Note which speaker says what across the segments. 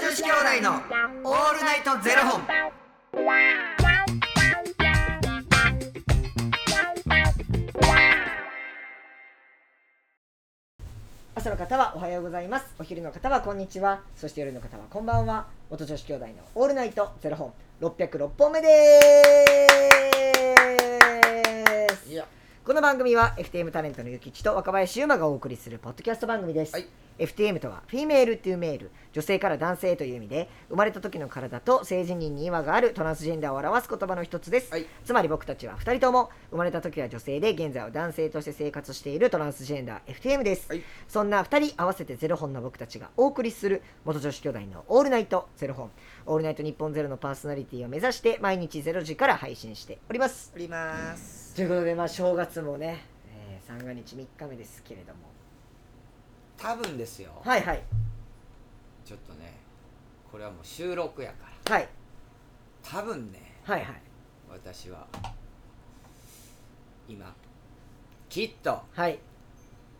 Speaker 1: 子兄弟のオールナイトゼロ本。
Speaker 2: 朝の方はおはようございますお昼の方はこんにちはそして夜の方はこんばんは元女子兄弟のオールナイトゼロ本606本目です
Speaker 1: いや、
Speaker 2: この番組は FTM タレントのゆきちと若林優馬がお送りするポッドキャスト番組です、
Speaker 1: はい
Speaker 2: FTM とはフィメールというメール女性から男性という意味で生まれた時の体と性自認に違和があるトランスジェンダーを表す言葉の一つです、
Speaker 1: はい
Speaker 2: つまり僕たちは2人とも生まれた時は女性で現在は男性として生活しているトランスジェンダー FTM です、
Speaker 1: はい
Speaker 2: そんな2人合わせてゼロ本の僕たちがお送りする元女子兄弟の「オールナイトゼロ本」「オールナイト日本ゼロのパーソナリティを目指して毎日0時から配信しております
Speaker 1: おります。
Speaker 2: ということでまあ正月もね、えー、三が日3日目ですけれども
Speaker 1: 多分ですよ。
Speaker 2: はいはい
Speaker 1: ちょっとね、これはもう収録やから。
Speaker 2: はい
Speaker 1: 多分ね、
Speaker 2: はいはい
Speaker 1: 私は今きっと
Speaker 2: はい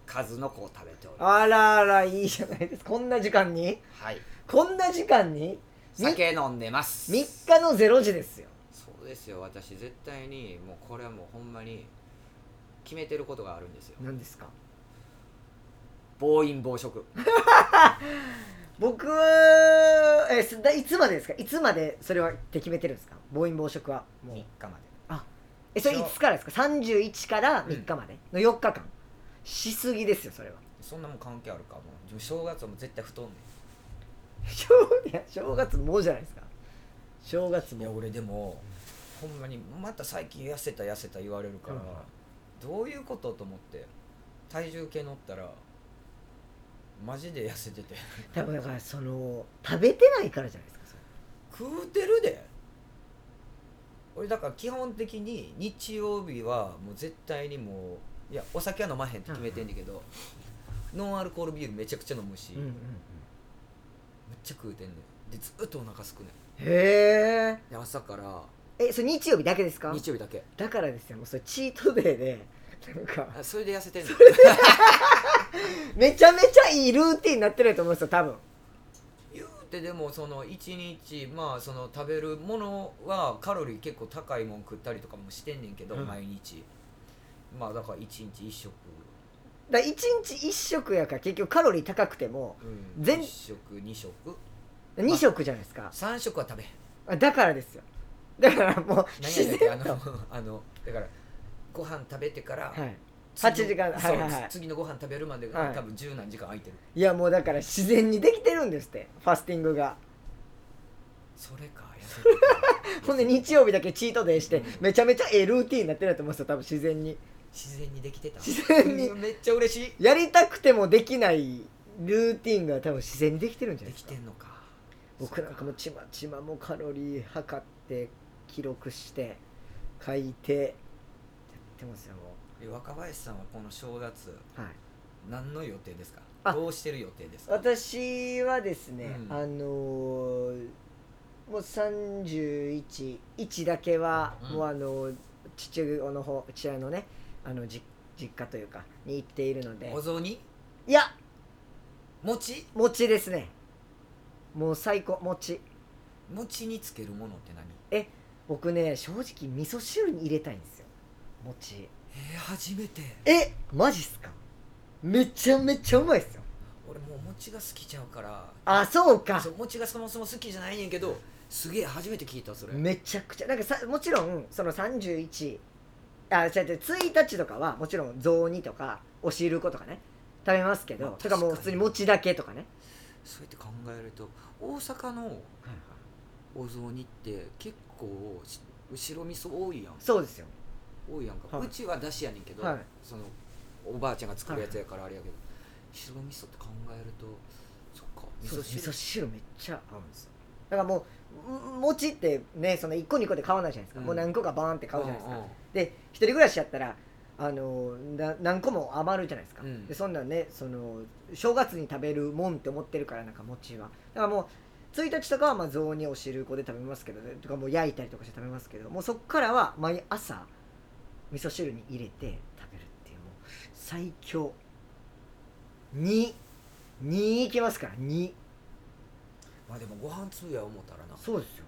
Speaker 1: 数の子を食べておりま
Speaker 2: あらあらいいじゃないですかこんな時間に
Speaker 1: す。はい。
Speaker 2: こんな時間にみ
Speaker 1: 酒飲んでます。
Speaker 2: 3日の0時ですよ
Speaker 1: そうですよ。私絶対にもうこれはもうほんまに決めてることがあるんですよ。
Speaker 2: 何ですか
Speaker 1: 暴飲暴食。
Speaker 2: 僕えすだいつまでですかいつまでそれはって決めてるんですか暴飲暴食はもう
Speaker 1: 3日まで
Speaker 2: えそれいつからですか31から3日までの4日間、しすぎですよそれは
Speaker 1: そんなもん関係あるかもう正月はもう絶対太んね
Speaker 2: 正いや正月もじゃないですか正月
Speaker 1: んいや
Speaker 2: も
Speaker 1: 俺でもほんまにまた最近痩せた痩せた言われるから、
Speaker 2: うん
Speaker 1: どういうことと思って体重計乗ったらマジで痩せてて
Speaker 2: 多分だからその食べてないからじゃないですかそれ
Speaker 1: 食うてるで俺だから基本的に日曜日はもう絶対にもういやお酒は飲まへんって決めてんだけど、ノンアルコールビールめちゃくちゃ飲むし、
Speaker 2: うんう
Speaker 1: め
Speaker 2: ん
Speaker 1: っちゃ食うてんねんでずっとお腹すくねん
Speaker 2: へー
Speaker 1: で朝から
Speaker 2: えそれ日曜日だけですか
Speaker 1: 日曜日だけ
Speaker 2: だからですよもうそれチートデーでなんか
Speaker 1: あそれで痩せてん の
Speaker 2: めちゃめちゃいいルーティンになってると思うんですよ多分
Speaker 1: 言うてでもその1日まあその食べるものはカロリー結構高いもん食ったりとかもしてんねんけど、
Speaker 2: うん
Speaker 1: 毎日まあだから1日1食、
Speaker 2: だ1日1食やから結局カロリー高くても
Speaker 1: うん、
Speaker 2: 全
Speaker 1: 1食2食
Speaker 2: 2食じゃないですか
Speaker 1: 3食は食べへん
Speaker 2: あだからですよだからもう自
Speaker 1: 何
Speaker 2: 然
Speaker 1: やったっけあのあのだからご飯食べてから、
Speaker 2: はい
Speaker 1: 次
Speaker 2: 8
Speaker 1: の
Speaker 2: 時間
Speaker 1: そう
Speaker 2: はいはいはい
Speaker 1: 次のご飯食べるまでが、
Speaker 2: はい
Speaker 1: 多分十何時間空いてる
Speaker 2: いやもうだから自然にできてるんですってファスティングが
Speaker 1: それか痩せてた
Speaker 2: ほんで日曜日だけチートデイして
Speaker 1: うん
Speaker 2: めちゃめちゃええルーティンになってると思うんですよ多分自然に
Speaker 1: 自然にできてた
Speaker 2: 自然に
Speaker 1: うんめっちゃ嬉しい
Speaker 2: やりたくてもできないルーティンが多分自然にできてるんじゃな
Speaker 1: で
Speaker 2: いで
Speaker 1: き
Speaker 2: すか
Speaker 1: てんのか
Speaker 2: 僕なんかもうちまちまもうカロリー測って記録して書いてやってますよも
Speaker 1: え若林さんはこの正月
Speaker 2: うはい
Speaker 1: 何の予定ですか
Speaker 2: あ
Speaker 1: どうしてる予定ですか
Speaker 2: 私はですね、
Speaker 1: うん
Speaker 2: あのーもう311だけは、
Speaker 1: うん
Speaker 2: もうあのー父親の方父親のねあのじ実家というかに行っているので
Speaker 1: お雑煮
Speaker 2: いや
Speaker 1: 餅
Speaker 2: 餅ですねもう最高餅
Speaker 1: 餅につけるものって何
Speaker 2: 僕ね正直味噌汁に入れたいんですよ餅
Speaker 1: えー、初めて
Speaker 2: えマジっすかめちゃめちゃうまいっすよ
Speaker 1: 俺もう餅が好きちゃうから
Speaker 2: あそうか
Speaker 1: そう餅がそもそも好きじゃないねんけどすげえ初めて聞いたそれ
Speaker 2: めちゃくちゃなんかさもちろんその31あ違う違う1日とかはもちろん雑煮とかお汁粉とかね食べますけど、
Speaker 1: まあ
Speaker 2: とかもう普
Speaker 1: 確か
Speaker 2: 通
Speaker 1: に
Speaker 2: に餅だけとかね、
Speaker 1: そうやって考えると大阪のお雑煮って結構し白味噌多いやん
Speaker 2: そうですよ
Speaker 1: 多いやんか、
Speaker 2: はいう
Speaker 1: ちはだしやねんけど、
Speaker 2: はい
Speaker 1: そのおばあちゃんが作るやつやからあれやけど、白味噌って考えるとそっか味
Speaker 2: そう
Speaker 1: 噌
Speaker 2: です味噌
Speaker 1: 汁
Speaker 2: 汁めっちゃ合うんですよだからもうん餅ってねその1個2個で買わないじゃないですか、
Speaker 1: うん
Speaker 2: もう何個かバーンって買うじゃないですか、
Speaker 1: うんうん
Speaker 2: で一人暮らしやったらあのな何個も余るじゃないですか、
Speaker 1: うん
Speaker 2: でそんなんねその正月に食べるもんって思ってるからなんか餅はだからもう1日とかはまあ雑煮お汁粉で食べますけどねとかもう焼いたりとかして食べますけどもうそっからは毎朝味噌汁に入れて食べるっていうもう最強22いきますから2
Speaker 1: まあでもご飯通や思ったらな
Speaker 2: そうですよ、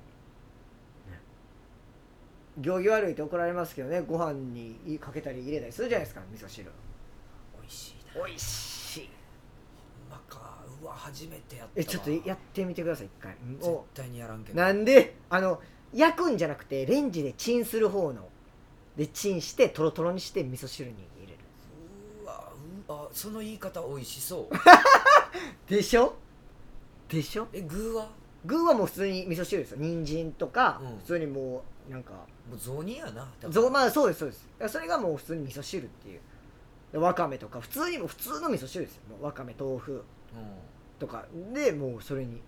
Speaker 2: 行儀悪いと怒られますけどねご飯にかけたり入れたりするじゃないですか味噌汁
Speaker 1: 美味しいな
Speaker 2: 美味しい
Speaker 1: ほんまかうわ初めてやったわ
Speaker 2: えちょっとやってみてください一回うん
Speaker 1: 絶
Speaker 2: お
Speaker 1: 対にやらんけど
Speaker 2: なんであの焼くんじゃなくてレンジでチンする方のでチンしてトロトロにして味噌汁に入れる
Speaker 1: うわうあその言い方美味しそう
Speaker 2: でしょでしょ
Speaker 1: え具は
Speaker 2: 具はもう普通に味噌汁ですよ人参とか、
Speaker 1: うん
Speaker 2: 普通にもうなんか
Speaker 1: もう雑煮やな多分
Speaker 2: ぞまあそうですそうですだからそれがもう普通に味噌汁っていうでわかめとか普通にもう普通の味噌汁ですよもうわかめ豆腐
Speaker 1: うん
Speaker 2: とかでもうそれに
Speaker 1: う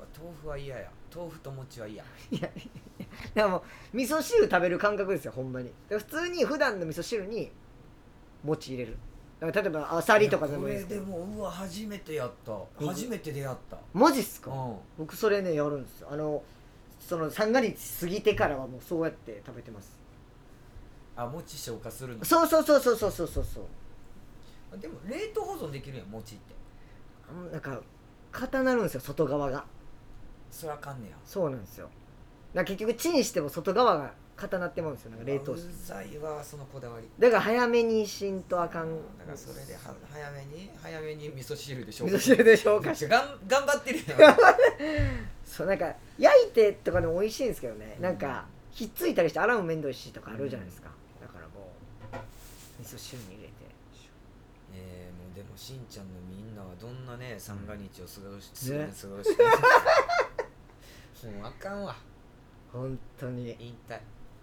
Speaker 1: わ豆腐は嫌や豆腐と餅は嫌
Speaker 2: いやいやだからもう味噌汁食べる感覚ですよほんまにで普通に普段の味噌汁に餅入れるだから例えばあさりとかでもいいです
Speaker 1: こ
Speaker 2: け
Speaker 1: れで
Speaker 2: ど
Speaker 1: もうわ初めてやった
Speaker 2: 僕
Speaker 1: 初めて出会った
Speaker 2: マジっす
Speaker 1: う
Speaker 2: か、
Speaker 1: ん
Speaker 2: 僕それねやるんですよあのその三が日過ぎてからはもうそうやって食べてます
Speaker 1: あ餅消化するの
Speaker 2: そうそうそうそうそうそうそうそう
Speaker 1: でも冷凍保存できるやん餅って
Speaker 2: あんなんか固なるんですよ外側が
Speaker 1: そらあかんねや
Speaker 2: そうなんですよだから結局チンしても外側が固なってまうんですよなんか冷凍室
Speaker 1: うざいわそのこだわり
Speaker 2: だから早めにしんとあかん
Speaker 1: だからそれでは早めに早めに味噌汁でしょ
Speaker 2: 味噌汁で消化し
Speaker 1: しがん頑 張ってるやん
Speaker 2: そうなんか焼いてとかでも美味しいんですけどね、なんかひっついたりして洗うのめんどいしとかあるじゃないですか、だからもう味噌汁に入れて
Speaker 1: えー、もうでもしんちゃんのみんなはどんなね三が日を過ごし、
Speaker 2: ね
Speaker 1: 過ごし もうあかんわ
Speaker 2: 本当に
Speaker 1: 引退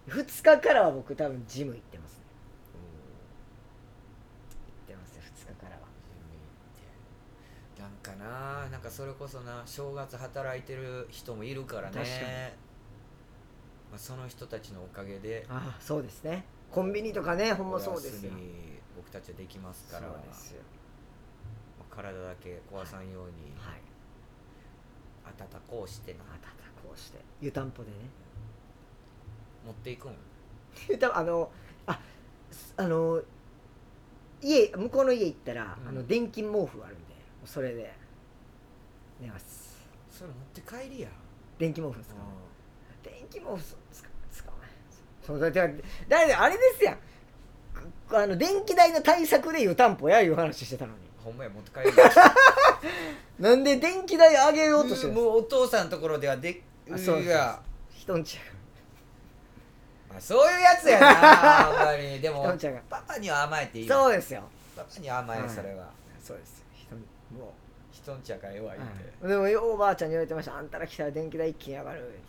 Speaker 2: 2日からは僕多分ジム行ってますね行ってますよ2日からは
Speaker 1: なんかななんかそれこそな正月働いてる人もいるからね
Speaker 2: 確かに
Speaker 1: まあ、その人たちのおかげで
Speaker 2: ああそうですねコンビニとかねほんまそうですよ
Speaker 1: お休み僕たちはできます
Speaker 2: そ
Speaker 1: から
Speaker 2: うですよ
Speaker 1: まあ体だけ壊さんように
Speaker 2: はい
Speaker 1: 温こうしてな
Speaker 2: またこうして湯たんぽでね
Speaker 1: 持っていくん
Speaker 2: 湯たんあのあすあの家向こうの家行ったら、
Speaker 1: うん
Speaker 2: あの電気毛布あるんでそれで寝ます
Speaker 1: それ持って帰りや
Speaker 2: 電気毛布ですか
Speaker 1: う
Speaker 2: 電気毛布そうですかですかそうだってだってあれですやんくあの電気代の対策で湯たんぽやいう話してたのに
Speaker 1: んほんまや持って帰りや
Speaker 2: なんで電気代上げようとして
Speaker 1: う
Speaker 2: るんで
Speaker 1: ー
Speaker 2: すか
Speaker 1: もうお父さんのところではで
Speaker 2: あそうそうそう
Speaker 1: や
Speaker 2: 人んち
Speaker 1: あそういうやつ やなほんまにで
Speaker 2: ゃ
Speaker 1: も
Speaker 2: が人んちゃが
Speaker 1: パパには甘えていいよ
Speaker 2: そうですよ
Speaker 1: パパには甘
Speaker 2: は
Speaker 1: え
Speaker 2: い
Speaker 1: それは、
Speaker 2: そうですよ人んもう
Speaker 1: 人んちやから弱いって、
Speaker 2: でもようおばあちゃんに言われてました「あんたら来たら電気代一気に上がる」って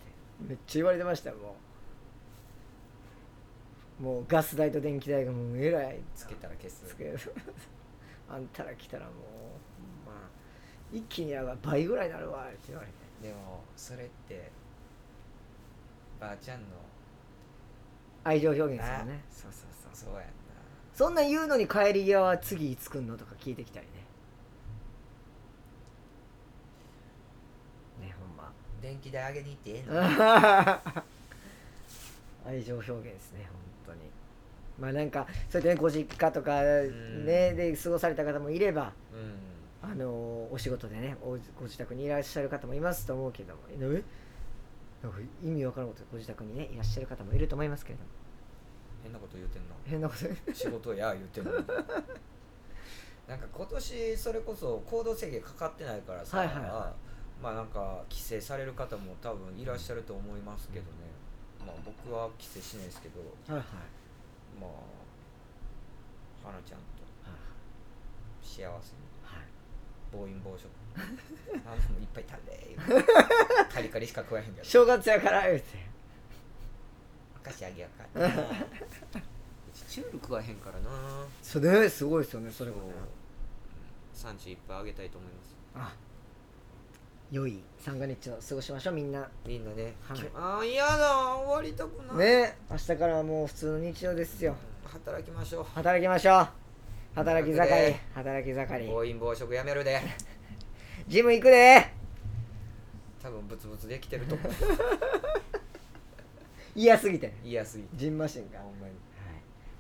Speaker 2: めっちゃ言われてましたよもうもうガス代と電気代がもうえらい
Speaker 1: つけたら消す
Speaker 2: つけ あんたら来たらもうほんま一気に上がる倍ぐらいになるわって言われて
Speaker 1: でもそれってばあちゃんの
Speaker 2: 愛情表現ですよ
Speaker 1: ね
Speaker 2: ねそうそうそう
Speaker 1: そうやんな
Speaker 2: そんなん言うのに帰り際は次いつ来んのとか聞いてきたりねねほんま
Speaker 1: 電気代上げに行っ てええの
Speaker 2: 愛情表現ですね本当にまあなんかそうやってねご実家とかね、
Speaker 1: ん
Speaker 2: で過ごされた方もいれば
Speaker 1: うん
Speaker 2: あのーお仕事でねおご自宅にいらっしゃる方もいますと思うけどもえなんか意味わからんことご自宅にねいらっしゃる方もいると思いますけれども
Speaker 1: 変なこと言うてんの
Speaker 2: 変なこと
Speaker 1: 仕事や言うてんの なんか今年それこそ行動制限かかってないからさ、
Speaker 2: はいはいは
Speaker 1: まあなんか帰省される方も多分いらっしゃると思いますけどねまあ僕は帰省しないですけど
Speaker 2: はいはい
Speaker 1: まあ花ちゃんと幸せに暴飲暴食 あんたもいっぱい食べ言うてカリカリしか食わへんけど
Speaker 2: 正月やから言うて
Speaker 1: 明石揚げやかってな うちチュール食わへんからな
Speaker 2: それねすごいですよねそれもね
Speaker 1: 産地いっぱいあげたいと思います
Speaker 2: あ良い三が日を過ごしましょうみんな
Speaker 1: みんなね、
Speaker 2: はい
Speaker 1: きょああ嫌だ終わりたくない、
Speaker 2: ね明日からはもう普通の日常ですよ
Speaker 1: 働きましょ
Speaker 2: 働きましょう働き盛り
Speaker 1: ね
Speaker 2: 働き
Speaker 1: う
Speaker 2: 盛り
Speaker 1: 暴飲暴食やめるで
Speaker 2: ジム行くで
Speaker 1: 多分ブツブツできてると思う
Speaker 2: 嫌すぎて
Speaker 1: 嫌すぎて
Speaker 2: ジンマシンが、は
Speaker 1: ほんまに
Speaker 2: い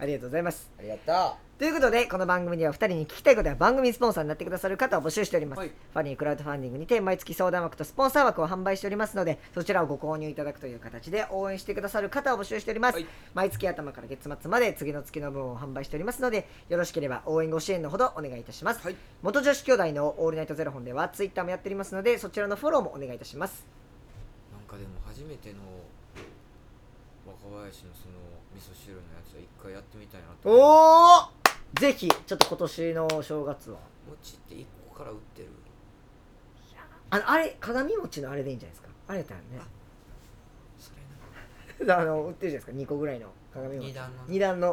Speaker 2: ありがとうございます
Speaker 1: ありがと
Speaker 2: ということでこの番組では2人に聞きたいことや番組スポンサーになってくださる方を募集しております、
Speaker 1: はい
Speaker 2: ファニークラウドファンディングにて毎月相談枠とスポンサー枠を販売しておりますのでそちらをご購入いただくという形で応援してくださる方を募集しております、
Speaker 1: はい
Speaker 2: 毎月頭から月末まで次の月の分を販売しておりますのでよろしければ応援ご支援のほどお願いいたします、
Speaker 1: はい
Speaker 2: 元女子兄弟の「オールナイトゼロ本ではツイッターもやっておりますのでそちらのフォローもお願いいたします
Speaker 1: なんかでも初めての若林のその味噌汁のやつは一回やってみたいなと思う
Speaker 2: おおぜひちょっと今年の正月は
Speaker 1: 餅って一個から売ってる
Speaker 2: あのあれ鏡餅のあれでいいんじゃないですかあれだよね
Speaker 1: それ な
Speaker 2: あの売ってるじゃないですか2個ぐらいの鏡餅
Speaker 1: 二段の
Speaker 2: 二段の
Speaker 1: うん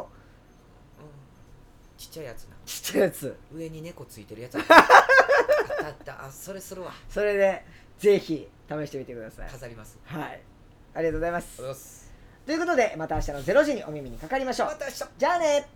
Speaker 1: ちっちゃいやつな
Speaker 2: ちっちゃいやつ
Speaker 1: 上に猫ついてるや つあったあったあったあそれするわ
Speaker 2: それでぜひ試してみてください
Speaker 1: 飾ります
Speaker 2: はいありがとうございます
Speaker 1: おはようございます
Speaker 2: ということでまた明日の0時にお耳にかかりましょう
Speaker 1: また明日
Speaker 2: じゃあね